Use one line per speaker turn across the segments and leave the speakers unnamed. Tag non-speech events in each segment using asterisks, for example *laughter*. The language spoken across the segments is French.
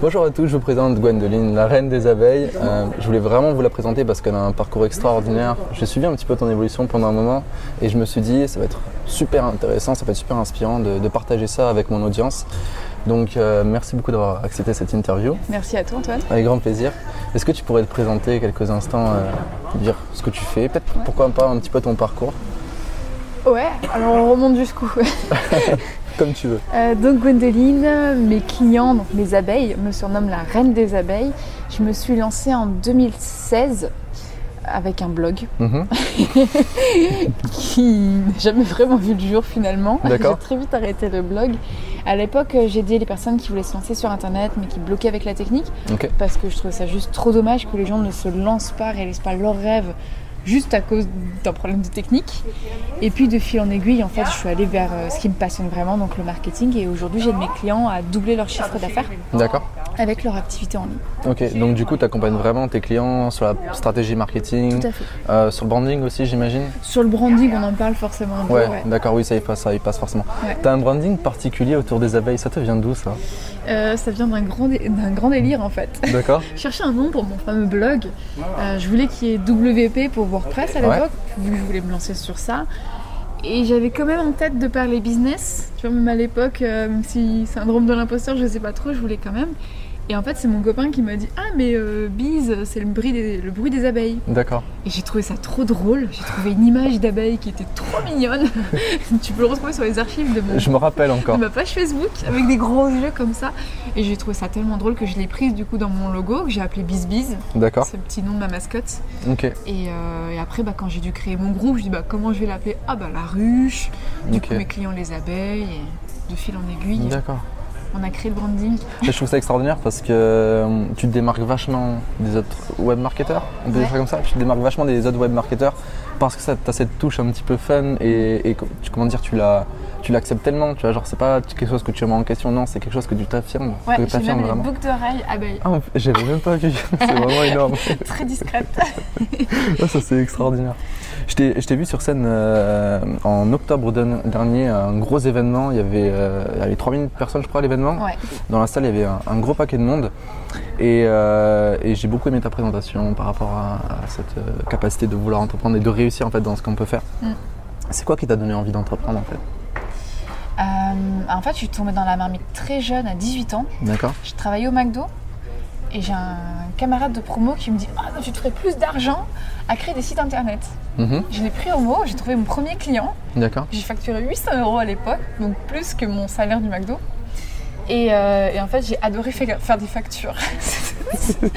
Bonjour à tous, je vous présente Gwendoline, la reine des abeilles. Euh, je voulais vraiment vous la présenter parce qu'elle a un parcours extraordinaire. J'ai suivi un petit peu ton évolution pendant un moment et je me suis dit ça va être super intéressant, ça va être super inspirant de, de partager ça avec mon audience. Donc euh, merci beaucoup d'avoir accepté cette interview.
Merci à toi Antoine.
Avec grand plaisir. Est-ce que tu pourrais te présenter quelques instants, euh, dire ce que tu fais, peut-être pourquoi pas un petit peu ton parcours
Ouais, alors on remonte jusqu'où
Comme tu veux.
Euh, donc Gwendoline, mes clients, donc mes abeilles, me surnomment la reine des abeilles. Je me suis lancée en 2016 avec un blog
Mhm.
qui n'a jamais vraiment vu le jour finalement. *laughs* J'ai
D'accord.
très vite arrêté le blog. À l'époque, euh, j'aidais les personnes qui voulaient se lancer sur Internet mais qui bloquaient avec la technique
Ok.
parce que je trouvais ça juste trop dommage que les gens ne se lancent pas, réalisent pas leurs rêves juste à cause d'un problème de technique. Et puis de fil en aiguille, en fait, je suis allée vers euh, ce qui me passionne vraiment, donc le marketing. Et aujourd'hui, j'aide mes clients à doubler leur chiffre d'affaires
D'accord.
avec leur activité en ligne.
Ok. Donc du coup, tu accompagnes vraiment tes clients sur la stratégie marketing,
Tout à fait.
euh, sur le branding aussi, j'imagine.
Sur le branding, on en parle forcément un peu.
Ouais,
ouais.
d'accord, oui, ça y passe, ça y passe forcément.
Ouais.
T'as un branding particulier autour des abeilles, ça te vient d'où ça
Euh, ça vient d'un grand, dé- d'un grand délire, en fait.
D'accord *laughs*
Je cherchais un nom pour mon fameux blog. Euh, je voulais qu'il y ait WP pour WordPress à
Ah. Ouais.
l'époque, vu que je voulais me lancer sur ça. Et j'avais quand même en tête de parler business. Tu vois, même à l'époque, euh, même si syndrome de l'imposteur, je sais pas trop, je voulais quand même. Et en fait, c'est mon copain qui m'a dit Ah, mais euh, Biz, c'est le bruit, des, le bruit des abeilles.
D'accord.
Et j'ai trouvé ça trop drôle. J'ai trouvé une image d'abeille qui était trop mignonne. *laughs* tu peux le retrouver sur les archives de mon
Je me rappelle encore.
de ma page Facebook avec des gros yeux comme ça. Et j'ai trouvé ça tellement drôle que je l'ai prise du coup dans mon logo que j'ai appelé BizBiz,
D'accord,
c'est le petit nom de ma mascotte.
ok.
Et, euh, et après, bah, quand j'ai dû créer mon groupe, je dis bah, comment je vais l'appeler Ah bah la ruche, du
Ok.
coup mes clients les abeilles, et de fil en aiguille,
D'accord.
on a créé le branding.
Et je trouve ça extraordinaire parce que euh, tu te démarques vachement des autres web marketeurs, on peut dire
Ouais.
ça comme ça, tu te démarques vachement des autres web marketeurs parce que ça t'as cette touche un petit peu fun et, et co- tu- comment dire, tu la- tu l'acceptes tellement, tu vois, genre c'est pas quelque chose que tu remets en question, non, c'est quelque chose que tu t'affirmes,
Ouais,
que
j'ai
t'affirmes
même
vraiment.
les boucles d'oreilles
*laughs*
abeilles,
Ah, j'avais même pas vu, *laughs* c'est vraiment énorme.
très discrètes.
Ah, ça c'est extraordinaire. Je t'ai je t'ai vu sur scène euh, en octobre de- dernier, à un gros événement. Il y avait, euh, il y avait 3000 personnes, je crois, à l'événement.
Ouais.
Dans la salle, il y avait un, un gros paquet de monde. Et, euh, et j'ai beaucoup aimé ta présentation par rapport à, à cette euh, capacité de vouloir entreprendre et de réussir en fait dans ce qu'on peut faire.
Mm.
C'est quoi qui t'a donné envie d'entreprendre en fait
Euh, en fait, je suis tombée dans la marmite très jeune, à 18 ans.
D'accord
Je travaillais au McDo et j'ai un camarade de promo qui me dit Ah, mais tu te ferais plus d'argent à créer des sites internet.
Mhm.
Je l'ai pris au mot, j'ai trouvé mon premier client.
D'accord.
J'ai facturé 800 euros à l'époque, donc plus que mon salaire du McDo. Et, euh, et en fait, j'ai adoré fa- faire des factures. *laughs* c'est trop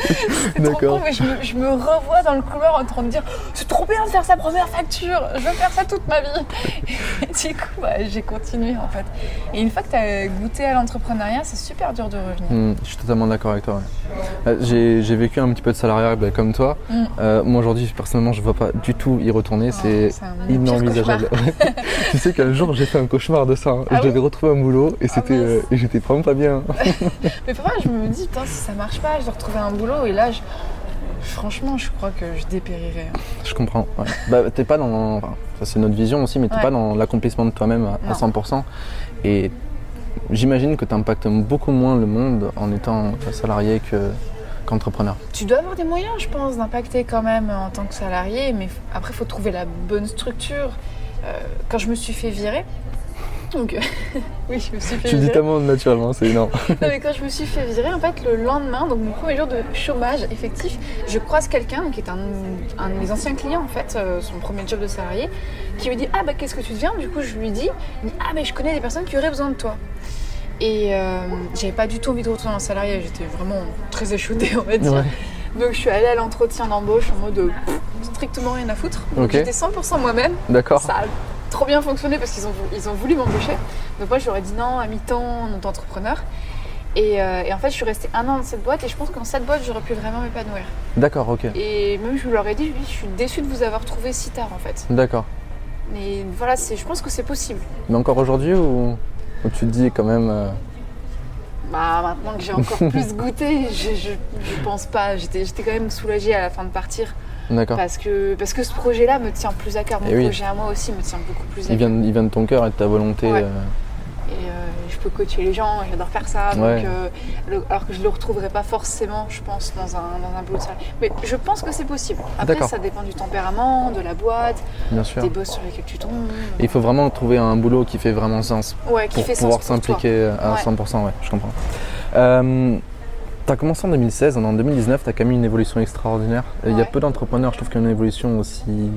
D'accord.
con, mais je me, je me revois dans le couloir en train de dire C'est trop bien de faire sa première facture, je veux faire ça toute ma vie. *laughs* Et du coup, bah, j'ai continué en fait. Et une fois que tu as goûté à l'entrepreneuriat, c'est super dur de revenir.
Mm, je suis totalement d'accord avec toi. ouais. Euh, J'ai j'ai vécu un petit peu de salariat ben, comme toi.
Mm.
Euh, moi aujourd'hui, personnellement, je ne vois pas du tout y retourner. C'est
Ah,
*laughs*
un pire
inenvisageable.
cauchemar.
tu sais qu'un jour j'ai fait un cauchemar de ça. hein.
Ah
je
oui
devais retrouver un boulot et c'était
mince.
euh, et j'étais vraiment pas bien.
Mais parfois, je me dis, putain, si ça marche pas, je dois retrouver un boulot. Et là, je- franchement, je crois que je dépérirais. hein.
*laughs* je comprends. ouais. Bah, t'es pas dans. enfin, ça c'est notre vision aussi, mais t'es
Ouais.
pas dans l'accomplissement de toi-même à- à
Non.
100%. Et j'imagine que t'impactes beaucoup moins le monde en étant salarié que qu'entrepreneur.
Tu dois avoir des moyens, je pense, d'impacter quand même en tant que salarié. Mais f- après, il faut trouver la bonne structure. Euh, quand je me suis fait virer, donc. *laughs* oui, je me suis
Tu
fait
le dis
virer.
tellement naturellement, c'est énorme.
Non, mais quand je me suis fait virer, en fait, le lendemain, donc mon premier jour de chômage effectif, je croise quelqu'un qui est un, un de mes anciens clients, en fait, euh, son premier job de salarié, qui me dit Ah, bah, qu'est-ce que tu deviens Du coup, je lui dis il me dit, Ah, mais je connais des personnes qui auraient besoin de toi. Et euh, j'avais pas du tout envie de retourner en salariat, j'étais vraiment très échaudée, on va dire.
Ouais.
Donc, je suis allée à l'entretien d'embauche en mode euh, pff, strictement rien à foutre. Donc,
Ok.
J'étais 100% moi-même.
D'accord.
Ça a trop bien fonctionné parce qu'ils ont, vou- ils ont voulu m'embaucher. Donc moi, j'aurais dit non, à mi-temps, en entrepreneur. Et, euh, et en fait, je suis restée un an dans cette boîte et je pense qu'en cette boîte, j'aurais pu vraiment m'épanouir.
D'accord, ok.
Et même, je leur ai dit, je, lui ai dit, je suis déçue de vous avoir trouvé si tard en fait.
D'accord.
Mais voilà, c'est- je pense que c'est possible.
Mais encore aujourd'hui ou, ou tu te dis quand même. euh,
Bah, maintenant que
*laughs*
j'ai encore plus goûté, je, je, je pense pas. J'étais j'étais quand même soulagée à la fin de partir
D'accord.
parce que, parce que ce projet-là me tient plus à cœur. Mon
Eh oui.
projet à moi aussi me tient beaucoup plus à
Il
cœur.
vient, il vient de ton cœur et de ta volonté.
Ouais.
euh,
et euh, je peux coacher les gens, et j'adore faire ça. donc,
Ouais.
euh, le- alors que je le retrouverai pas forcément, je pense, dans un, dans un boulot de salarié. Mais je pense que c'est possible. Après,
D'accord.
ça dépend du tempérament, de la boîte,
bien sûr.
des bosses sur lesquels tu tombes.
Et Il faut vraiment trouver un boulot qui fait vraiment sens
Ouais, qui
pour
fait sens
pouvoir
pour toi.
s'impliquer euh, à
Ouais.
100%. Ouais, je comprends. Euh, T'as commencé en 2016, en 2019, t'as quand même eu une évolution extraordinaire. Et Il y a
Ouais.
peu d'entrepreneurs, je trouve, qui ont une évolution aussi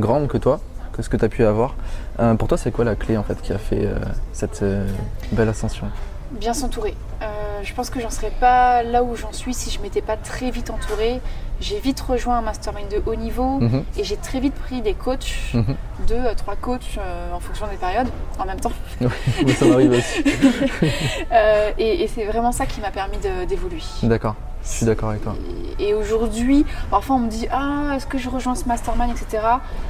grande que toi, que ce que tu as pu avoir. Euh, pour toi, c'est quoi la clé en fait qui a fait euh, cette euh, belle ascension
bien s'entourer. Euh, je pense que j'en serais pas là où j'en suis si je m'étais pas très vite entourée. J'ai vite rejoint un mastermind de haut niveau
Mhm.
et j'ai très vite pris des coachs,
Mhm.
deux à trois coachs euh, en fonction des périodes, en même temps.
Oui, ça m'arrive aussi.
Euh, et et c'est vraiment ça qui m'a permis de- d'évoluer.
D'accord, je suis d'accord avec toi.
Et, et aujourd'hui, parfois on me dit Ah, est-ce que je rejoins ce mastermind, etc.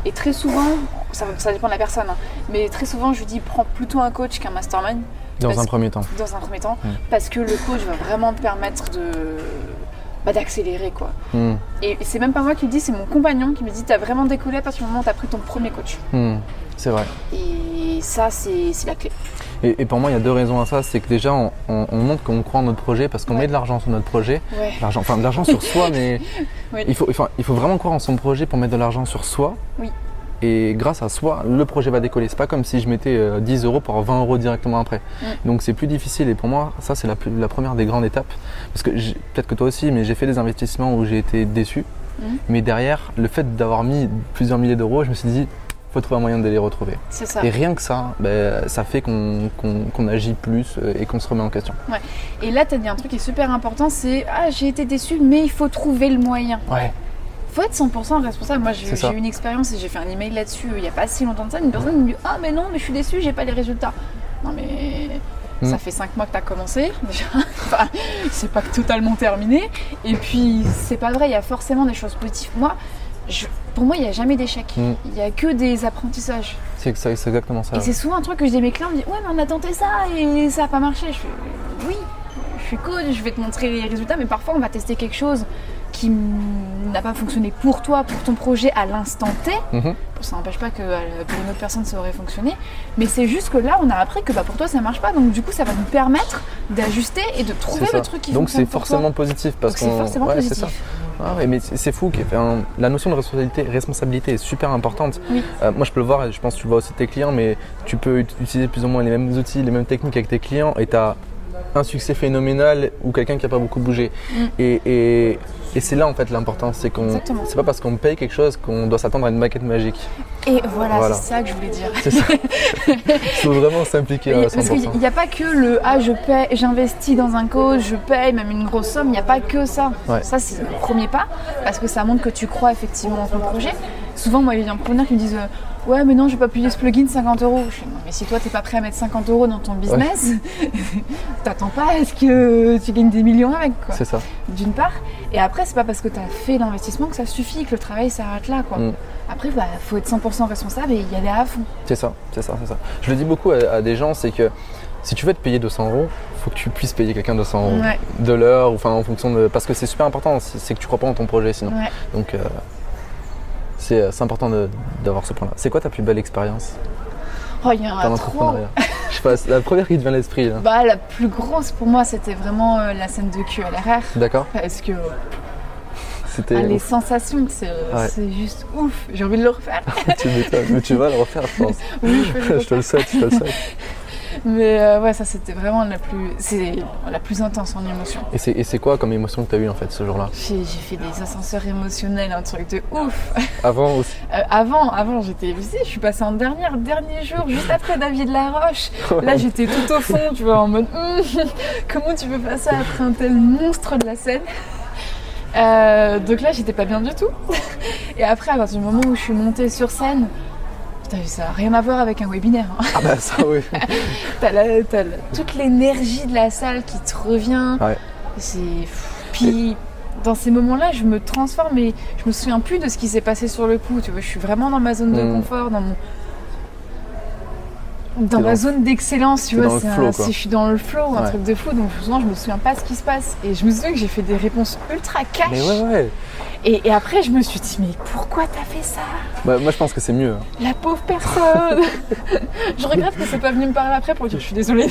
Et très souvent, ça, ça dépend de la personne, hein, mais très souvent je lui dis Prends plutôt un coach qu'un mastermind
Dans
Parce-
un premier temps.
dans un premier temps,
Mm.
parce que le coach va vraiment te permettre de bah, d'accélérer quoi.
Hmm,
Et c'est même pas moi qui le dis, c'est mon compagnon qui me dit T'as vraiment décollé à partir du moment où t'as pris ton premier coach.
hmm, C'est vrai.
Et ça, c'est c'est la clé.
Et, et pour moi, il y a deux raisons à ça. C'est que déjà, on, on- on montre qu'on croit en notre projet parce qu'on
Ouais.
met de l'argent sur notre projet.
Ouais,
L'argent, enfin de l'argent sur
*laughs*
soi, mais
Oui.
il, faut, enfin, il faut vraiment croire en son projet pour mettre de l'argent sur soi.
Oui.
Et grâce à soi, le projet va décoller. C'est pas comme si je mettais euh, 10 euros pour avoir 20 euros directement après.
Mm.
Donc c'est plus difficile. Et pour moi, ça c'est la, plus- la première des grandes étapes. Parce que j'ai- peut-être que toi aussi, mais j'ai fait des investissements où j'ai été déçu.
Mm.
Mais derrière, le fait d'avoir mis plusieurs milliers d'euros, je me suis dit, faut trouver un moyen de les retrouver.
c'est ça.
Et rien que ça, ben, ça fait qu'on qu'on- qu'on agit plus euh, et qu'on se remet en question.
Et là, t'as dit un truc qui est super important c'est Ah, j'ai été déçu, mais il faut trouver le moyen.
Ouais.
Faut être 100% responsable. Moi, j'ai
C'est ça.
j'ai eu une expérience et j'ai fait un email là-dessus euh, il n'y a pas si longtemps de ça. Une personne me dit Ah, mais non, mais je suis déçue, j'ai pas les résultats. Non, mais
Mm.
ça fait 5 mois que tu as commencé *laughs* déjà. Enfin, c'est pas totalement terminé. Et puis, c'est pas vrai, il y a forcément des choses positives. Moi, je- pour moi, il n'y a jamais d'échec.
Mm.
Il n'y a que des apprentissages.
C'est c'est exactement ça.
Et c'est souvent un truc que je dis à mes clients, on me dit ouais mais on a tenté ça et ça n'a pas marché. Je fais oui, je suis coach, je vais te montrer les résultats, mais parfois on va tester quelque chose qui mm, n'a pas fonctionné pour toi, pour ton projet à l'instant T.
Mhm.
Bon, Ça n'empêche pas que euh, pour une autre personne ça aurait fonctionné, mais c'est juste que là on a appris que bah, pour toi ça marche pas, donc du coup ça va nous permettre d'ajuster et de trouver
C'est
le
ça.
truc qui
Donc
fonctionne
c'est
pour toi.
forcément positif parce
Donc c'est
qu'on-
forcément
ouais, c'est
positif.
ça. Ah ouais, mais c'est c'est fou que enfin, la notion de responsabilité, responsabilité est super importante.
Oui.
Euh, moi, je peux le voir, et je pense que tu le vois aussi de tes clients, mais tu peux ut- utiliser plus ou moins les mêmes outils, les mêmes techniques avec tes clients et tu as un succès phénoménal ou quelqu'un qui n'a pas beaucoup bougé.
Mm.
Et, et- et c'est là en fait l'importance, c'est qu'on
Exactement.
c'est pas parce qu'on paye quelque chose qu'on doit s'attendre à une maquette magique.
Et voilà,
Voilà.
c'est ça que je voulais dire.
C'est
*laughs*
ça. Il faut vraiment s'impliquer euh, à
Il- Parce
100%.
qu'il n'y a pas que le ah je paye, j'investis dans un coach, je paye même une grosse somme, il n'y a pas que ça.
Ouais.
Ça c'est le premier pas parce que ça montre que tu crois effectivement en ton projet. Souvent moi il y a des entrepreneurs qui me disent euh, ouais mais non j'ai pas payé ce plugin 50 euros. Je fais, non mais si toi t'es pas prêt à mettre 50 euros dans ton business, *laughs* t'attends pas à ce que tu gagnes des millions avec quoi.
C'est ça.
D'une part et après c'est pas parce que t'as fait l'investissement que ça suffit que le travail s'arrête là quoi.
Mm.
Après bah faut être 100% responsable et y aller à fond.
C'est ça, c'est ça, c'est ça. Je le dis beaucoup à, à des gens, c'est que si tu veux te payer 200 euros, faut que tu puisses payer quelqu'un 200 euros
Ouais.
de l'heure, ou enfin en fonction de, parce que c'est super important. C'est c'est que tu crois pas en ton projet sinon.
Ouais.
Donc euh, c'est euh, c'est important de- d'avoir ce point-là. C'est quoi ta plus belle expérience
Oh il y en a
dans
trop.
l'entrepreneuriat Je sais pas, c'est la première qui te vient à l'esprit. là.
Bah la plus grosse pour moi c'était vraiment euh, la scène de cul à l'RR
D'accord,
parce que euh,
c'était.
les sensations c'est euh,
Ouais.
c'est juste ouf, j'ai envie de
*laughs*
le refaire.
tu m'étonnes. Mais tu vas le refaire, je pense.
Oui, je peux
*laughs*
le
je te le souhaite, je te le souhaite.
Mais euh, ouais ça c'était vraiment la plus c'est la plus intense en émotion.
Et c'est- Et c'est quoi comme émotion que tu as eue en fait ce jour-là
J'ai j'ai fait des ascenseurs émotionnels, un truc de ouf.
Avant aussi.
Euh, avant, avant j'étais, vous savez, je suis passée en dernière, dernier jour, juste après David Laroche. Là j'étais tout au fond, tu vois, en mode Hum, *laughs* comment tu peux passer après un tel monstre de la scène Euh, Donc là j'étais pas bien du tout. *laughs* Et après, à partir du moment où je suis montée sur scène, putain, ça n'a rien à voir avec un webinaire. hein.
Ah bah ça oui.
T'as la- t'as la- toute l'énergie de la salle qui te revient.
Ouais.
C'est. Puis. Dans ces moments-là, je me transforme et je me souviens plus de ce qui s'est passé sur le coup. Tu vois, je suis vraiment dans ma zone de
Mm.
confort, dans mon. dans
T'es
ma
dans-
zone d'excellence, tu
t'es
vois,
dans le
c'est un-
flow, quoi.
c'est- je suis dans le flow, un
Ouais.
truc de fou, donc souvent je me souviens pas ce qui se passe. Et je me souviens que j'ai fait des réponses ultra cash.
Mais ouais, ouais.
Et, et après, je me suis dit, mais pourquoi t'as fait ça
Bah, moi, je pense que c'est mieux. hein.
La pauvre personne *laughs* Je regrette que c'est pas venu me parler après pour dire je suis désolée.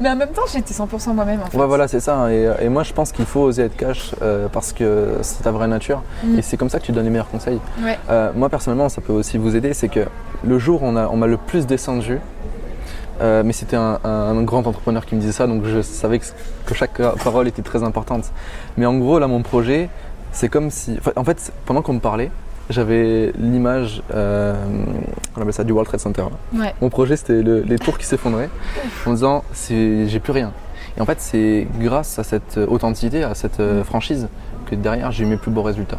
mais en même temps, j'étais 100% moi-même en fait.
Ouais, voilà, c'est ça. hein. Et, et moi, je pense qu'il faut oser être cash euh, parce que c'est ta vraie nature.
Mm.
Et c'est comme ça que tu donnes les meilleurs conseils.
Ouais.
Euh, moi, personnellement, ça peut aussi vous aider. C'est que le jour où on a- on m'a le plus descendu, euh, mais c'était un, un- un grand entrepreneur qui me disait ça, donc je savais que, que chaque parole était très importante. Mais en gros, là, mon projet, c'est comme si. enfin, En fait, pendant qu'on me parlait, j'avais l'image, euh, on appelle ça du World Trade Center. là.
Ouais.
Mon projet, c'était le- les tours qui s'effondraient en me disant c'est- j'ai plus rien. Et en fait, c'est grâce à cette authenticité, à cette
Mm.
euh, franchise, que derrière, j'ai eu mes plus beaux résultats.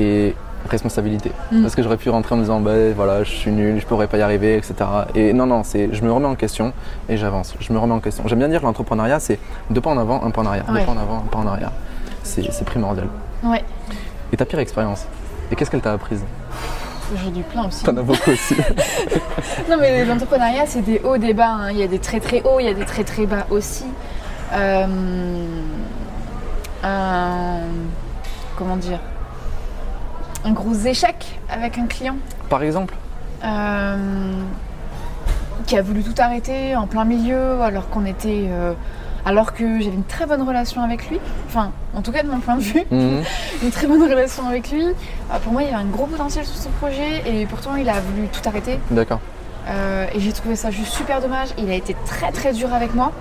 Et responsabilité.
Mm.
Parce que j'aurais pu rentrer en me disant, ben voilà, je suis nul, je pourrais pas y arriver, etc. Et non, non, c'est je me remets en question et j'avance. Je me remets en question. J'aime bien dire que l'entrepreneuriat, c'est deux pas en avant, un pas en arrière.
Ouais.
Deux pas en avant, un pas en arrière. C'est c'est primordial.
Ouais.
Et ta pire expérience Et qu'est-ce qu'elle t'a apprise
J'ai du plein aussi.
T'en as beaucoup aussi.
Non mais l'entrepreneuriat c'est des hauts, des bas. hein. Il y a des très très hauts, il y a des très très bas aussi. Euh, un- comment dire Un gros échec avec un client
Par exemple
euh, qui a voulu tout arrêter en plein milieu alors qu'on était... euh, alors que j'avais une très bonne relation avec lui, enfin en tout cas de mon point de vue, *laughs*
Mhm.
une très bonne relation avec lui. Euh, Pour moi il y avait un gros potentiel sur ce projet et pourtant il a voulu tout arrêter.
D'accord.
Euh, et j'ai trouvé ça juste super dommage. Il a été très très dur avec moi.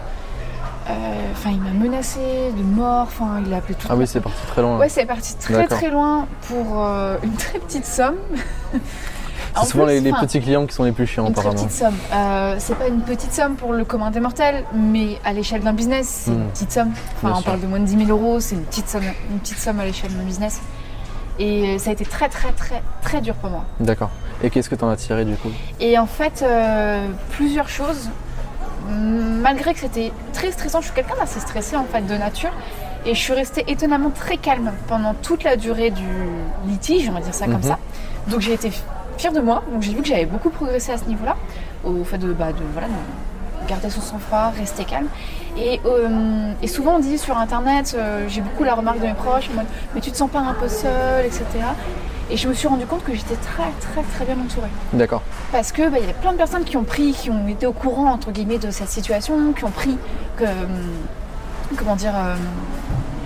Euh, Enfin, il m'a menacé de mort. Enfin, il a appelé tout.
Ah oui, c'est parti très loin.
Ouais, c'est parti très
D'accord.
très loin pour euh, une très petite somme. *laughs* En
c'est souvent
plus,
les, les
enfin,
petits clients qui sont les plus chiants,
Une très
apparemment.
petite somme. Euh, c'est pas une petite somme pour le commun des mortels, mais à l'échelle d'un business, c'est
Mm.
une petite somme. Enfin,
Bien
on
sûr.
parle de moins de 10 000 euros, c'est une petite somme, une petite somme à l'échelle d'un business. Et euh, ça a été très très très très dur pour moi.
D'accord. Et qu'est-ce que t'en as tiré du coup
Et en fait, euh, plusieurs choses. Malgré que c'était très stressant, je suis quelqu'un d'assez stressé en fait de nature. Et je suis restée étonnamment très calme pendant toute la durée du litige, on va dire ça comme
Mhm.
ça. Donc j'ai été fière de moi. Donc j'ai vu que j'avais beaucoup progressé à ce niveau-là, au fait de, bah, de, voilà, de garder son sang-froid, rester calme. Et, euh, et souvent on dit sur internet, euh, j'ai beaucoup la remarque de mes proches, en mode, mais tu te sens pas un peu seule, etc. Et je me suis rendu compte que j'étais très très très bien entourée
D'accord.
parce que bah, il y a plein de personnes qui ont pris, qui ont été au courant entre guillemets de cette situation, qui ont pris, que, euh, comment dire, euh,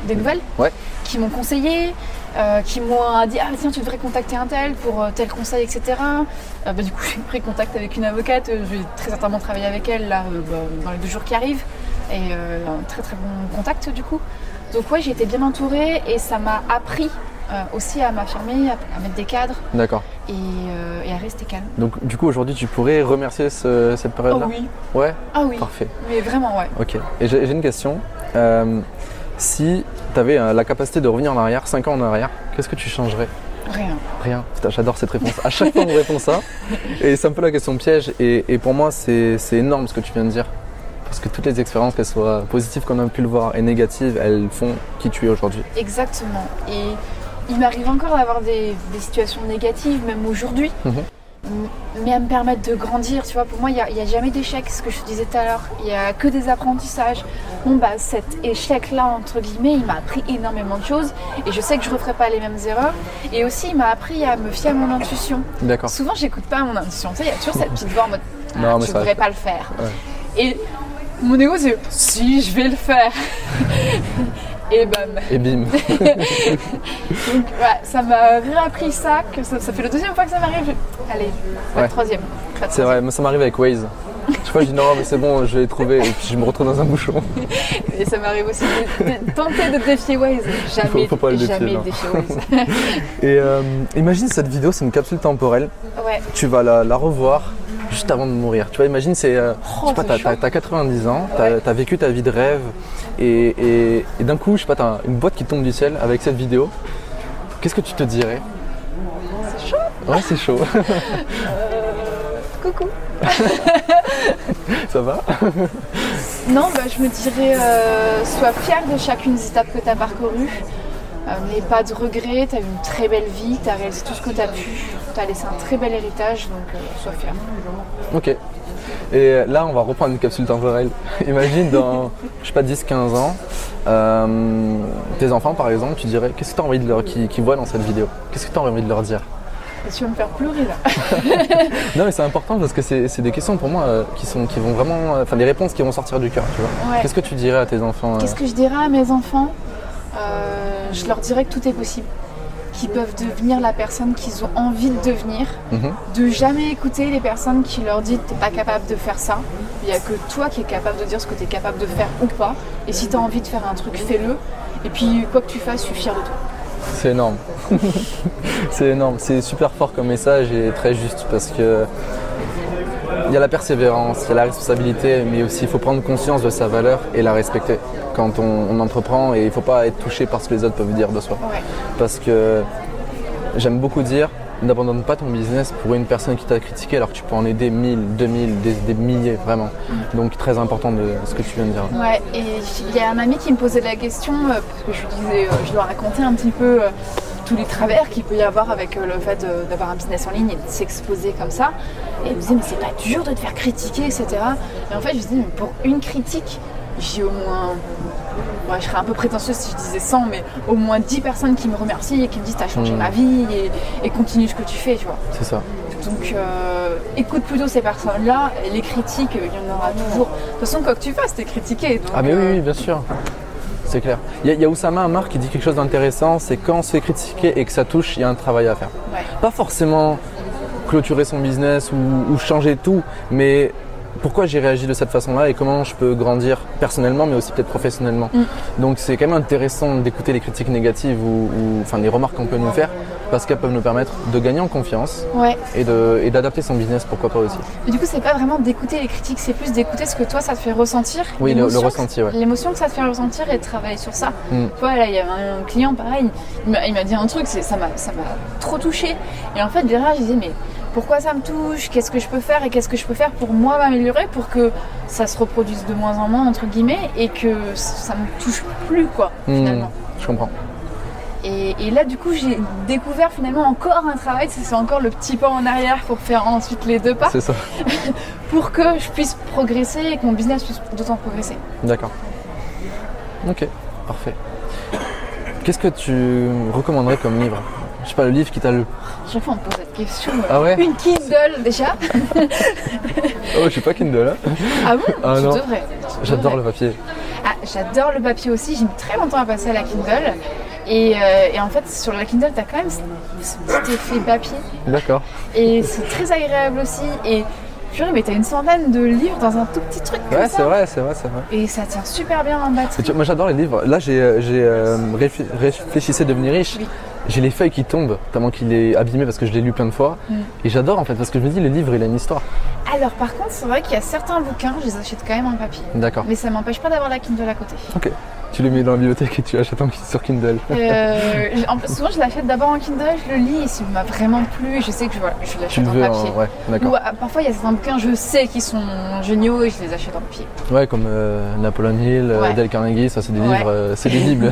des nouvelles,
Ouais.
qui m'ont conseillé, euh, qui m'ont dit ah tiens tu devrais contacter un tel pour euh, tel conseil etc. Euh, bah, du coup *laughs* j'ai pris contact avec une avocate, euh, je vais très certainement travailler avec elle là euh, bah, dans les deux jours qui arrivent et euh, un très très bon contact du coup. Donc ouais j'ai été bien entourée et ça m'a appris euh, aussi à m'affirmer, à, à mettre des cadres
D'accord.
et, euh, et à rester calme.
Donc du coup aujourd'hui tu pourrais remercier ce- cette
Oh
période-là
oui,
Ouais.
ah oui.
Parfait.
Mais vraiment, ouais.
Ok. Et j'ai j'ai une question. Euh, si tu avais la capacité de revenir en arrière, 5 ans en arrière, qu'est-ce que tu changerais
Rien.
Rien. Putain, j'adore cette réponse. À chaque fois, on me répond
*laughs*
ça. Et c'est un peu la question piège. Et, et pour moi, c'est c'est énorme ce que tu viens de dire. Parce que toutes les expériences, qu'elles soient positives comme on a pu le voir et négatives, elles font qui tu es aujourd'hui.
Exactement. Et il m'arrive encore d'avoir des, des situations négatives, même aujourd'hui.
Mhm.
M- Mais à me permettre de grandir, tu vois, pour moi, il n'y a, il y a jamais d'échec, ce que je te disais tout à l'heure. Il n'y a que des apprentissages. Bon, bah, cet échec-là, entre guillemets, il m'a appris énormément de choses. Et je sais que je ne referai pas les mêmes erreurs. Et aussi, il m'a appris à me fier à mon intuition.
D'accord.
Souvent, j'écoute pas mon intuition. Tu sais, il y a toujours
*laughs*
cette petite voix en mode ah,
Non, mais
je
ça-
voudrais pas le faire.
Ouais.
Et mon ego, c'est si, je vais le faire. *laughs* Et bam.
Et bim.
Donc, voilà, ça m'a réappris ça, que ça, ça fait la deuxième fois que ça m'arrive. Je- Allez, pas
Ouais.
de troisième. pas de
C'est vrai, moi ça m'arrive avec Waze. Je fois, je dis non, mais c'est bon, je l'ai trouvé. Et puis je me retrouve dans un bouchon.
troisième. Et ça m'arrive aussi de, de tenter de défier Waze.
*laughs*
Jamais,
Faut- faut pas le défier,
jamais
non.
défier
*laughs*
Waze.
Et euh, imagine cette vidéo, c'est une capsule temporelle.
Ouais.
tu vas la, la revoir juste avant de mourir. Tu vois, imagine, c'est. euh, je sais pas,
Oh, c'est
t'as-
chaud.
t'as t'as 90 ans, t'as
Ouais.
t'as vécu ta vie de rêve, et, et- et d'un coup, je sais pas, t'as une boîte qui tombe du ciel avec cette vidéo. Qu'est-ce que tu te dirais
C'est chaud.
Ouais, c'est chaud. *laughs*
Coucou.
Ça va
Non, bah, je me dirais, euh, sois fier de chacune des étapes que tu as parcourues. Euh, N'aie pas de regrets, tu as eu une très belle vie, tu as réalisé tout ce que tu as pu, tu as laissé un très bel héritage, donc euh, sois fier.
Ok. Et là, on va reprendre une capsule temporelle. *laughs* Imagine dans, je sais pas, 10-15 ans, euh, tes enfants par exemple, tu dirais, qu'est-ce que tu as envie de leur, qu'ils, qu'ils voient dans cette vidéo Qu'est-ce que tu as envie de leur dire
Tu vas me faire pleurer là.
Non, mais c'est important parce que c'est, c'est des questions pour moi euh, qui, sont, qui vont vraiment. Enfin, des réponses qui vont sortir du cœur, tu vois.
Ouais.
Qu'est-ce que tu dirais à tes enfants euh,
Qu'est-ce que je dirais à mes enfants Euh, Je leur dirais que tout est possible. Qu'ils peuvent devenir la personne qu'ils ont envie de devenir.
mhm.
De jamais écouter les personnes qui leur disent t'es pas capable de faire ça. Il n'y a que toi qui es capable de dire ce que tu es capable de faire ou pas. Et si tu as envie de faire un truc, fais-le. Et puis quoi que tu fasses, suis fier de toi.
C'est énorme. *laughs* c'est énorme. C'est super fort comme message et très juste parce que il y a la persévérance, il y a la responsabilité, mais aussi il faut prendre conscience de sa valeur et la respecter quand on, on entreprend et il ne faut pas être touché par ce que les autres peuvent dire de soi.
Ouais.
Parce que j'aime beaucoup dire n'abandonne pas ton business pour une personne qui t'a critiqué alors que tu peux en aider 1000, 2000, des, des milliers vraiment. Donc très important de ce que tu viens de dire.
Ouais, et il y a un ami qui me posait la question, euh, parce que je lui disais, euh, je lui racontais un petit peu euh, tous les travers qu'il peut y avoir avec euh, le fait de- d'avoir un business en ligne et de s'exposer comme ça. Et il me disait, mais c'est pas dur de te faire critiquer, etc. Et en fait, je lui disais, mais pour une critique, j'ai au moins. ouais, je serais un peu prétentieuse si je disais 100, mais au moins 10 personnes qui me remercient et qui me disent, t'as changé
Mm.
ma vie et, et continue ce que tu fais, tu vois.
C'est ça.
Donc euh, écoute plutôt ces personnes-là, les critiques, euh, il y en aura toujours. De toute façon, quoi que tu fasses, t'es critiqué. donc,
Ah mais oui,
euh,
oui, bien sûr. C'est clair. Il y, a- il y a Oussama Ammar qui dit quelque chose d'intéressant, c'est quand on se fait critiquer et que ça touche, il y a un travail à faire.
ouais.
Pas forcément clôturer son business ou, ou changer tout, mais pourquoi j'ai réagi de cette façon-là et comment je peux grandir personnellement, mais aussi peut-être professionnellement.
Mm.
Donc c'est quand même intéressant d'écouter les critiques négatives ou, ou- enfin les remarques qu'on peut nous faire, parce qu'elles peuvent nous permettre de gagner en confiance
Ouais.
et de- et d'adapter son business, pourquoi pas aussi.
Mais du coup, c'est pas vraiment d'écouter les critiques, c'est plus d'écouter ce que toi ça te fait ressentir.
Oui, le- le
l'émotion que-
ressenti, ouais.
L'émotion que ça te fait ressentir et de travailler sur ça.
Mm.
Tu vois, là, il y avait un client, pareil, il m'a- il m'a dit un truc, c'est- ça m'a ça m'a trop touché. Et en fait, derrière, je disais, mais pourquoi ça me touche Qu'est-ce que je peux faire Et qu'est-ce que je peux faire pour moi m'améliorer pour que ça se reproduise de moins en moins, entre guillemets, et que ça me touche plus, quoi,
Hmm,
finalement.
je comprends.
Et, et là, du coup, j'ai découvert finalement encore un travail, c'est c'est encore le petit pas en arrière pour faire ensuite les deux pas
C'est ça.
pour que je puisse progresser et que mon business puisse d'autant progresser.
D'accord. Ok, parfait. Qu'est-ce que tu recommanderais comme livre Je sais pas, le livre qui t'a le.
À Chaque fois, on me pose cette question. euh,
Ah ouais
Une Kindle déjà
Oh, je suis pas Kindle.
*laughs*
hein.
Ah bon
Ah
Tu
non.
devrais. tu
J'adore
devrais.
le papier.
Ah, j'adore le papier aussi. J'ai mis très longtemps à passer à la Kindle. Et, euh, et en fait, sur la Kindle, t'as quand même ce, ce petit effet papier.
D'accord.
Et c'est très agréable aussi. Et purée, mais t'as une centaine de livres dans un tout petit truc comme
Ouais,
ça.
c'est vrai, c'est vrai, c'est vrai.
Et ça tient super bien en
Et
batterie.
tu vois, moi j'adore les livres. Là, j'ai euh, j'ai, euh, réfl- réfléchissé devenir riche.
Oui.
J'ai les feuilles qui tombent, tellement qu'il est abîmé parce que je l'ai lu plein de fois.
Mm.
Et j'adore en fait, parce que je me dis, le livre, il a une histoire.
Alors par contre, c'est vrai qu'il y a certains bouquins, je les achète quand même en papier.
D'accord.
Mais ça m'empêche pas d'avoir la Kindle
*laughs*
à côté.
Tu les mets dans la bibliothèque et tu achètes en sur Kindle.
Euh, je- en plus, souvent, je l'achète d'abord en Kindle, je le lis, et s'il m'a vraiment plu, je sais que je, voilà, je
Tu
l'achète
le
en
veux,
papier.
en- ouais, d'accord.
Ou, euh, parfois, il y a certains bouquins, je sais qu'ils sont géniaux et je les achète en papier.
Ouais, comme euh, Napoleon Hill, euh,
Ouais.
Dale Carnegie, ça c'est des
Ouais.
livres, euh,
*laughs*
c'est des bibles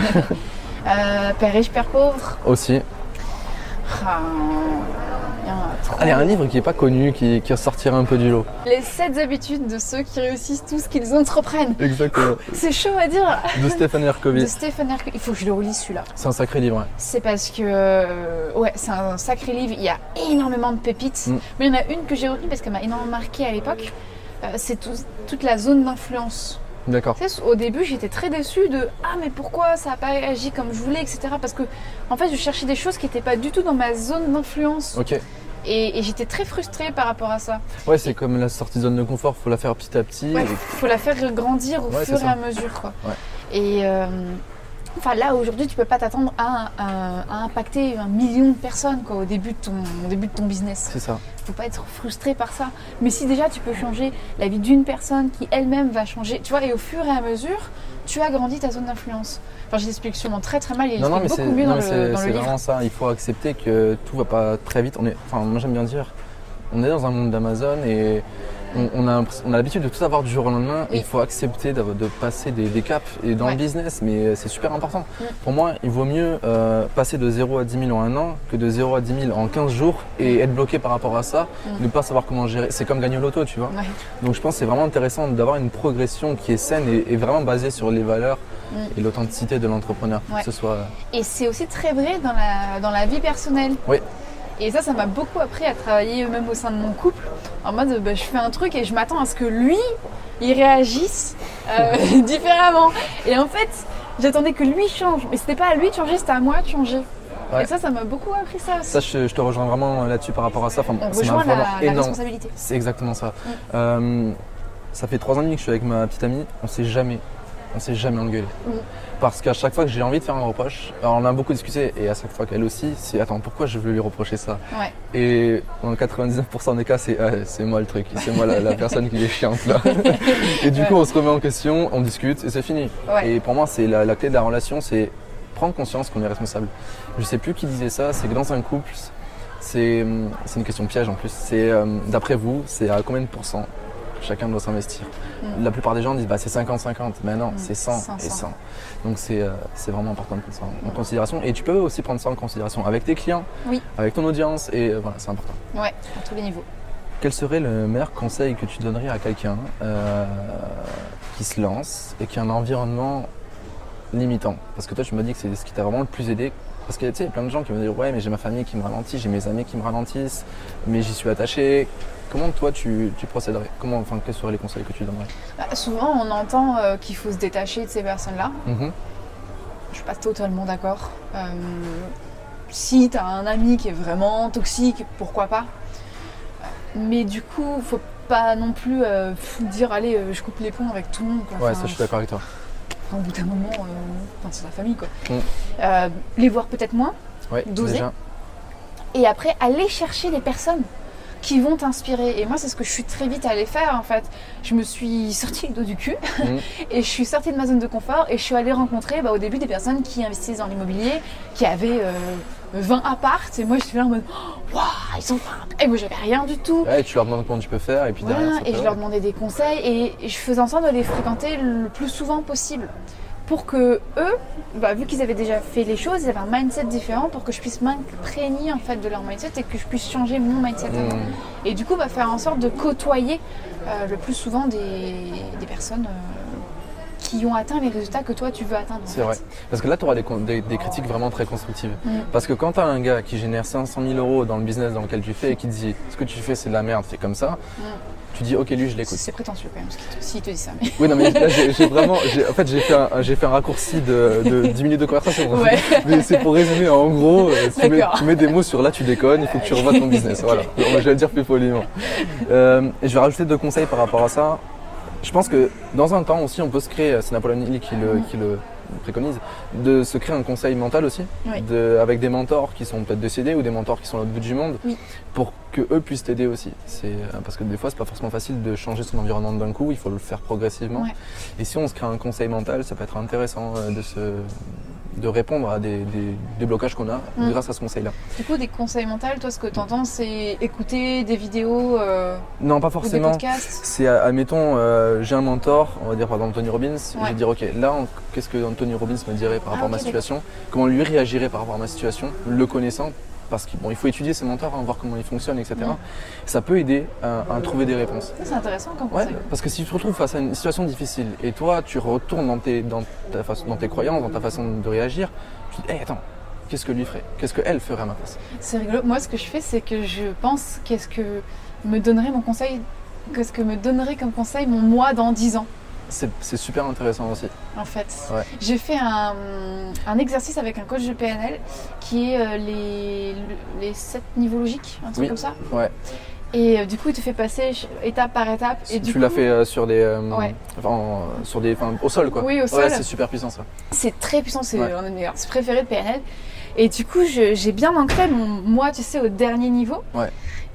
Euh, père riche, père pauvre.
aussi.
Ah, il y en a trop.
Allez, un livre qui est pas connu, qui, qui sortira un peu du lot.
Les 7 habitudes de ceux qui réussissent tout ce qu'ils entreprennent.
Exactement.
C'est chaud à dire.
De Stéphane
De
Herkovitz.
Stephen Herc- Il faut que je le relise celui-là.
C'est un sacré livre, ouais.
C'est parce que euh, ouais, c'est un sacré livre. Il y a énormément de pépites,
Mm.
mais il y en a une que j'ai retenue parce qu'elle m'a énormément marqué à l'époque. Euh, c'est tout- toute la zone d'influence.
D'accord.
Tu sais, au début, j'étais très déçue de ah mais pourquoi ça n'a pas agi comme je voulais, etc. Parce que en fait, je cherchais des choses qui n'étaient pas du tout dans ma zone d'influence,
Ok.
et, et j'étais très frustrée par rapport à ça.
Ouais, c'est comme la sortie de zone de confort, faut la faire petit à petit.
Ouais,
et-
faut la faire grandir au
Ouais,
fur
c'est
et
ça.
à mesure, quoi.
Ouais.
Et euh, enfin là aujourd'hui, tu peux pas t'attendre à, à- à impacter un million de personnes, quoi, au début de ton, au début de ton business.
C'est ça.
Faut pas être frustré par ça. Mais si déjà tu peux changer la vie d'une personne qui elle-même va changer, tu vois, et au fur et à mesure, tu agrandis ta zone d'influence. Enfin, je l'explique sûrement très très mal, il
Non, non,
l'explique
mais c'est
beaucoup mieux
non,
dans
mais
le,
c'est-
dans le
c'est
livre.
vraiment ça. Il faut accepter que tout va pas très vite. On est, enfin, moi j'aime bien dire, on est dans un monde d'Amazon et on, on a, on a l'habitude de tout avoir du jour au lendemain.
Oui.
Il faut accepter d'avoir- de passer des, des caps et dans
Ouais.
le business, mais euh, c'est super important.
Mm.
Pour moi, il vaut mieux euh, passer de 0 à 10 000 en un an que de 0 à 10 000 en 15 jours et être bloqué par rapport à ça,
Mm.
ne pas savoir comment gérer. C'est comme gagner au loto, tu vois.
Ouais.
Donc je pense que c'est vraiment intéressant d'avoir une progression qui est saine et, et vraiment basée sur les valeurs
Mm.
et l'authenticité de l'entrepreneur,
Ouais.
que ce soit.
Et c'est aussi très vrai dans la, dans la vie personnelle.
Oui.
Et ça, ça m'a beaucoup appris à travailler même au sein de mon couple. En mode, bah, je fais un truc et je m'attends à ce que lui, il réagisse euh, *laughs* différemment. Et en fait, j'attendais que lui change. Mais c'était pas à lui de changer, c'était à moi de changer.
Ouais.
Et ça, ça m'a beaucoup appris ça aussi.
Ça, je, je te rejoins vraiment euh, là-dessus par rapport à ça. Enfin,
On
c'est ma
rejoint la,
valeur
la
énorme.
responsabilité.
C'est exactement ça. Euh, ça fait trois ans et demi que je suis avec ma petite amie, on s'est jamais, on s'est jamais engueulé.
Mm.
Parce qu'à chaque fois que j'ai envie de faire un reproche, alors on a beaucoup discuté et à chaque fois qu'elle aussi, c'est attends pourquoi je veux lui reprocher ça
Ouais.
Et dans 99% des cas, c'est Ah, c'est moi le truc, c'est moi la, la personne qui est chiante
*laughs*
là. et du coup, on se remet en question, on discute et c'est fini.
Ouais.
Et pour moi, c'est la, la clé de la relation, c'est prendre conscience qu'on est responsable. Je sais plus qui disait ça, c'est que dans un couple, c'est hum, c'est une question piège en plus. C'est euh, d'après vous, c'est à combien de pourcents chacun doit s'investir
Mm.
La plupart des gens disent bah, c'est 50-50, mais non,
Mm.
c'est 100 et
100.
100. Donc c'est euh, c'est vraiment important de prendre ça en considération. Et tu peux aussi prendre ça en considération avec tes clients,
Oui.
avec ton audience, et euh, voilà, c'est important.
Ouais, à tous les niveaux.
Quel serait le meilleur conseil que tu donnerais à quelqu'un euh, qui se lance et qui a un environnement limitant Parce que toi, tu me dis que c'est ce qui t'a vraiment le plus aidé. Parce que tu sais, il y a plein de gens qui vont dire Ouais, mais j'ai ma famille qui me ralentit, j'ai mes amis qui me ralentissent, mais j'y suis attaché. Comment toi tu, tu procéderais Comment, enfin, quels seraient les conseils que tu donnerais
Bah, souvent, on entend euh, qu'il faut se détacher de ces personnes-là.
Mhm.
Je suis pas totalement d'accord. Euh, si t'as un ami qui est vraiment toxique, pourquoi pas. Mais du coup, faut pas non plus euh, dire allez, euh, je coupe les ponts avec tout le monde. quoi.
Ouais,
Enfin,
ça, je suis d'accord avec toi.
Au bout d'un moment, euh, enfin, c'est la famille quoi.
Mm.
Euh, les voir peut-être moins.
Ouais,
D'oser.
déjà.
Et après, aller chercher des personnes qui vont t'inspirer. Et moi, c'est ce que je suis très vite allée faire en fait. Je me suis sortie le dos du cul
Mhm.
*laughs* et je suis sortie de ma zone de confort et je suis allée rencontrer bah, au début des personnes qui investissent dans l'immobilier, qui avaient euh, 20 appartes. Et moi, je suis là en mode oh, Waouh, ils ont 20 apparts. Et moi, j'avais rien du tout.
Ouais, et tu leur demandes comment tu peux faire, et puis
Voilà,
derrière, ça
et
peut-
je leur demandais des conseils et je faisais en sorte de les fréquenter le plus souvent possible pour que eux, bah, vu qu'ils avaient déjà fait les choses, ils avaient un mindset différent pour que je puisse m'imprégner en fait de leur mindset et que je puisse changer mon mindset. à moi.
Mhm.
Et du coup, bah, faire en sorte de côtoyer euh, le plus souvent des, des personnes euh, qui ont atteint les résultats que toi tu veux atteindre. en
C'est
fait.
vrai. Parce que là, tu auras des, con- des- des critiques vraiment très constructives.
Mm.
Parce que quand tu as un gars qui génère 500 000 euros dans le business dans lequel tu fais et qui te dit ce que tu fais, c'est de la merde, fais comme ça,
Mm.
tu dis ok, lui, je l'écoute.
C'est prétentieux quand même, ce qu'il te- s'il te dit ça. mais- *laughs*
Oui, non, mais là, j'ai j'ai vraiment. j'ai- En fait, j'ai fait, un- j'ai fait un raccourci de, de 10 minutes de conversation.
Ouais.
*laughs* Mais c'est pour résumer, en gros, euh, tu mets,
D'accord.
tu mets des mots sur là, tu déconnes, il faut que tu
*laughs*
revoies ton business.
Ok.
Voilà, je vais le dire plus poliment. Euh, et je vais rajouter deux conseils par rapport à ça. Je pense que dans un temps aussi, on peut se créer, euh, c'est Napoléon Hill qui le, qui le préconise, de se créer un conseil mental aussi,
Oui.
de- avec des mentors qui sont peut-être décédés ou des mentors qui sont à l'autre bout du monde,
Oui.
pour que eux puissent t'aider aussi. C'est euh, parce que des fois, c'est pas forcément facile de changer son environnement d'un coup, il faut le faire progressivement.
Ouais.
Et si on se crée un conseil mental, ça peut être intéressant euh, de se de répondre à des, des- des blocages qu'on a
Mm.
grâce à ce conseil-là.
Du coup, des conseils mentaux, toi ce que tu entends, c'est écouter des vidéos euh,
Non, pas
ou des
forcément.
podcasts.
C'est, euh, admettons, euh, j'ai un mentor, on va dire par exemple Anthony Robbins, je vais dire, ok, là, on- qu'est-ce que Anthony Robbins me dirait par
Ah,
rapport à
ok,
ma
d'accord.
situation Comment lui réagirait par rapport à ma situation, le connaissant Parce qu'il bon, il faut étudier ses mentors, hein, voir comment ils fonctionnent, etc.
Mm.
Ça peut aider à, à trouver des réponses.
Ça, C'est intéressant comme
Ouais,
conseil.
parce que si tu te retrouves face à une situation difficile et toi, tu retournes dans tes, dans ta façon, dans tes croyances, dans ta façon de réagir, tu te dis, hey, attends, qu'est-ce que lui ferait Qu'est-ce qu'elle ferait à ma place
C'est rigolo. Moi, ce que je fais, c'est que je pense qu'est-ce que me donnerait mon conseil, qu'est-ce que me donnerait comme conseil mon moi dans 10 ans,
C'est c'est super intéressant aussi.
en fait.
Ouais.
J'ai fait un, un exercice avec un coach de PNL qui est euh, les, les 7 niveaux logiques, un truc
Oui.
comme ça.
Ouais.
Et euh, du coup, il te fait passer ch- étape par étape. Et du
tu l'as
coup,
fait euh, sur des, euh,
Ouais.
enfin, en- euh, sur des, enfin, au sol quoi.
Oui, au
Ouais,
sol.
c'est super puissant ça.
C'est très puissant, c'est
Ouais.
un de mes artistes préférés de PNL. Et du coup, je- j'ai bien ancré mon moi, tu sais, au dernier niveau.
Ouais.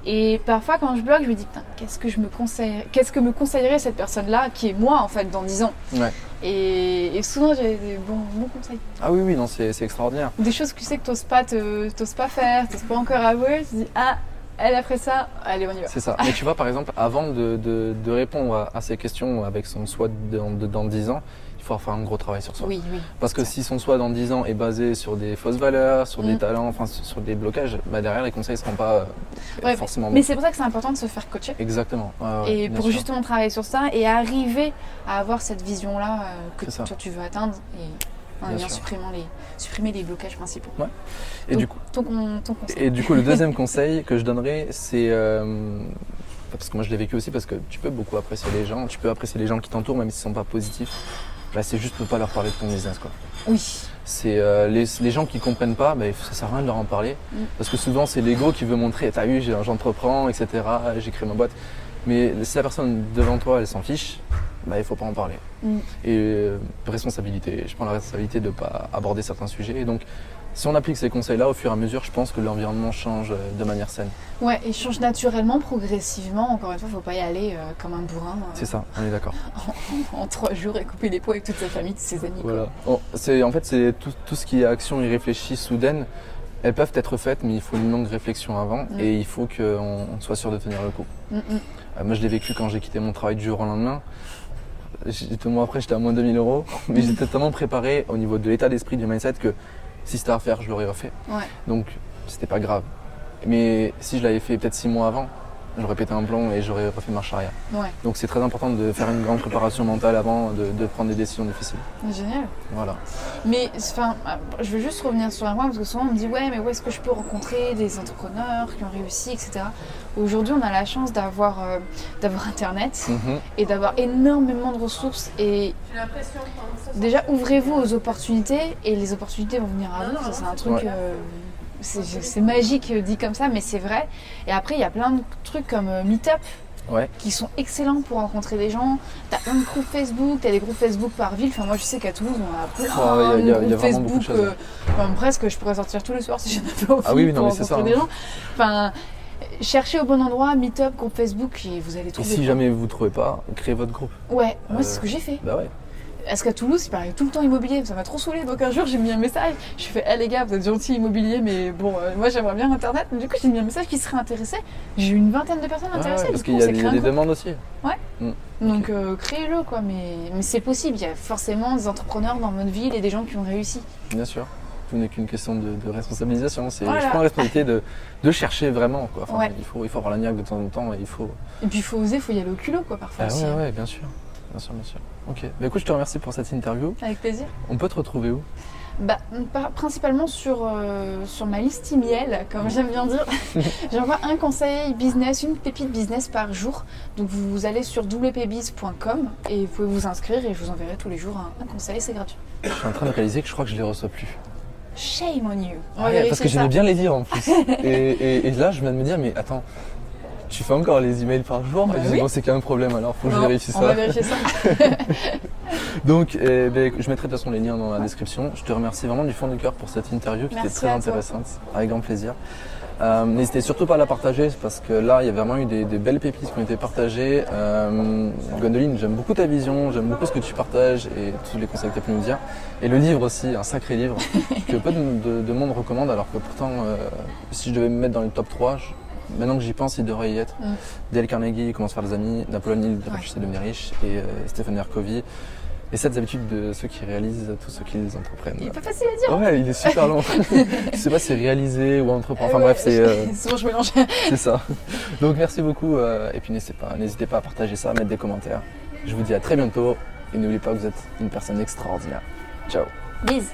Et parfois, quand je bloque, je me dis, putain, qu'est-ce que je me conseille, qu'est-ce que me conseillerait cette personne-là, qui est moi, en fait, dans 10 ans.
Ouais.
Et, et souvent, j'ai des bons, bons conseils.
Ah oui, oui, non, c'est c'est extraordinaire.
Des choses que tu sais que t'oses pas, te- t'oses pas faire, t'oses pas encore avouer. Tu dis, ah, Elle a fait ça, allez, on y va.
C'est ça. Mais tu vois, par exemple, avant de, de- de répondre à, à ces questions avec son soi dans, de- dans 10 ans, il faut faire un gros travail sur soi.
Oui, oui.
Parce que si son soi dans 10 ans est basé sur des fausses valeurs, sur
Mm.
des talents, enfin sur sur des blocages, bah derrière les conseils ne seront pas euh,
Ouais,
forcément
Mais
bons.
c'est pour ça que c'est important de se faire coacher.
Exactement. Ouais, ouais,
Et
bien
pour
sûr.
justement travailler sur ça et arriver à avoir cette vision-là euh, que
C'est ça.
toi tu veux atteindre et en
Bien
ayant
sûr.
supprimant les, supprimer les blocages principaux.
Et du coup,
Ton, con- ton conseil.
et du coup, le deuxième conseil que je donnerais, c'est euh, parce que moi je l'ai vécu aussi, parce que tu peux beaucoup apprécier les gens, tu peux apprécier les gens qui t'entourent même s'ils sont pas positifs. Là, c'est juste ne pas leur parler de ton business, quoi.
Oui,
c'est euh, les, les gens qui comprennent pas, ben, ça sert à rien de leur en parler.
Mm.
Parce que souvent, c'est l'ego qui veut montrer, t'as eu, j'ai- j'entreprends, etc., j'ai créé ma boîte. Mais si la personne devant toi, elle s'en fiche, bah, il faut pas en parler.
Mm.
Et euh, responsabilité, je prends la responsabilité de pas aborder certains sujets. Et donc, si on applique ces conseils-là au fur et à mesure, je pense que l'environnement change euh, de manière saine.
ouais, et change naturellement, progressivement. Encore une fois, faut pas y aller euh, comme un bourrin euh,
C'est ça, on est d'accord.
*laughs* en trois jours et couper les pots avec toute sa famille, tous ses amis. quoi.
Voilà. Bon, c'est, en fait, c'est tout, tout ce qui est action irréfléchie, soudaine. Elles peuvent être faites, mais il faut une longue réflexion avant
Mm.
et il faut qu'on on soit sûr de tenir le coup.
Mm, mm.
Euh, moi, je l'ai vécu quand j'ai quitté mon travail du jour au lendemain. J'ai- Deux mois après, j'étais à moins de 2000 euros, *laughs* mais j'étais tellement préparé au niveau de l'état d'esprit, du mindset que si c'était à refaire, je l'aurais refait.
Ouais.
Donc, c'était pas grave. Mais si je l'avais fait peut-être six mois avant, j'aurais pété un plomb et j'aurais refait marche arrière.
Ouais.
Donc, c'est très important de faire une grande préparation mentale avant de, de prendre des décisions difficiles.
Génial.
Voilà.
Mais enfin, euh, je veux juste revenir sur un point parce que souvent on me dit ouais, mais où est-ce que je peux rencontrer des entrepreneurs qui ont réussi, etc. Aujourd'hui, on a la chance d'avoir euh, d'avoir internet
Mhm.
et d'avoir énormément de ressources et déjà ouvrez-vous aux opportunités et les opportunités vont venir à vous. Ça, C'est un truc.
Ouais.
euh, c'est- c'est magique euh, dit comme ça, mais c'est vrai. Et après, il y a plein de trucs comme euh, Meetup
Ouais.
qui sont excellents pour rencontrer des gens. T'as plein de groupes Facebook, t'as des groupes Facebook par ville. Enfin, moi, je sais qu'à Toulouse, on a plein
Ouais, ouais, il y a- il y a-
de
il y a
groupes
vraiment beaucoup
Facebook.
de choses, ouais.
euh, enfin, presque, je pourrais sortir tous les soirs si j'en avais envie
Ah oui, oui, non,
pour
mais c'est ça,
rencontrer des
hein.
gens. Enfin, cherchez au bon endroit, Meetup, groupe Facebook, et vous allez
Et
trouver.
si jamais vous ne trouvez pas, créez votre groupe.
Ouais, moi,
Euh,
c'est ce que j'ai fait.
Bah ouais.
Parce qu'à Toulouse, il parlait tout le temps immobilier, ça m'a trop saoulé. Donc un jour, j'ai mis un message. Je fais, eh les gars, vous êtes gentils immobilier, mais bon, euh, moi j'aimerais bien internet. Du coup, j'ai mis un message qui serait intéressé. J'ai eu une vingtaine de personnes
Ah Ouais,
intéressées.
ouais, parce
Ah, du
qu'il
coup,
y a,
on s'est
il y a
créé un
des
groupe.
demandes aussi.
Donc euh, créez-le quoi, mais, mais c'est possible. Il y a forcément des entrepreneurs dans votre ville et des gens qui ont réussi.
Bien sûr. Tout n'est qu'une question de, de responsabilisation. C'est,
Voilà.
Je prends la responsabilité de, de chercher vraiment. Quoi. Enfin,
Ouais.
il, faut, il faut avoir la niaque de temps en temps et il faut.
Et puis il faut oser, il faut y aller au culot quoi parfois
Ah
aussi. hein.
ouais, ouais, bien sûr. Bien sûr, bien sûr. Ok. Bah écoute, je te remercie pour cette interview.
Avec plaisir.
On peut te retrouver où
Bah, par- principalement sur, euh, sur ma liste email, comme j'aime
*laughs*
bien dire. J'envoie un conseil business, une pépite business par jour. Donc vous allez sur wpbiz.com et vous pouvez vous inscrire et je vous enverrai tous les jours un, un conseil, c'est gratuit.
Je suis en train de réaliser que je crois que je les reçois plus.
Shame on you. On va
Ouais,
vérifier
Ah, parce que
ça.
j'aimais bien les dire en
*laughs*
plus. et, et- et là, je viens de me dire, mais attends, tu fais encore les emails par jour
Bah
Et je dis,
oui.
bon, c'est qu'il y a un problème alors, faut que je
Non,
vérifie
On va
ça.
vérifier ça.
Donc, eh ben, je mettrai de toute façon les liens dans la description. Je te remercie vraiment du fond du cœur pour cette interview qui
Merci
était très
à toi.
intéressante, avec grand plaisir. Euh, N'hésitez surtout pas à la partager parce que là, il y a vraiment eu des, des belles pépites qui ont été partagées. Euh, Gwendoline, j'aime beaucoup ta vision, j'aime beaucoup ce que tu partages et tous les conseils que tu as pu nous dire. Et le livre aussi, un sacré
*laughs*
livre que peu de, de- de monde recommande alors que pourtant, euh, si je devais me mettre dans le top 3, je- maintenant que j'y pense, il devrait y être.
Mm.
Dale Carnegie, Comment se faire des amis, Napoleon Hill,
Ouais.
Réfléchissez à devenir riche et euh, Stephen R. Covey. Les 7 habitudes de ceux qui réalisent tout ce qu'ils entreprennent.
Il est pas facile à dire.
Ouais, il est super long. je sais pas si c'est réaliser ou entreprendre. Enfin
Euh,
bref,
ouais,
c'est
je- *laughs*
euh,
Souvent je mélange.
c'est ça. Donc merci beaucoup euh, et puis n'hésitez pas, n'hésitez pas à partager ça, à mettre des commentaires. Je vous dis à très bientôt et n'oubliez pas que vous êtes une personne extraordinaire. Ciao.
Bise.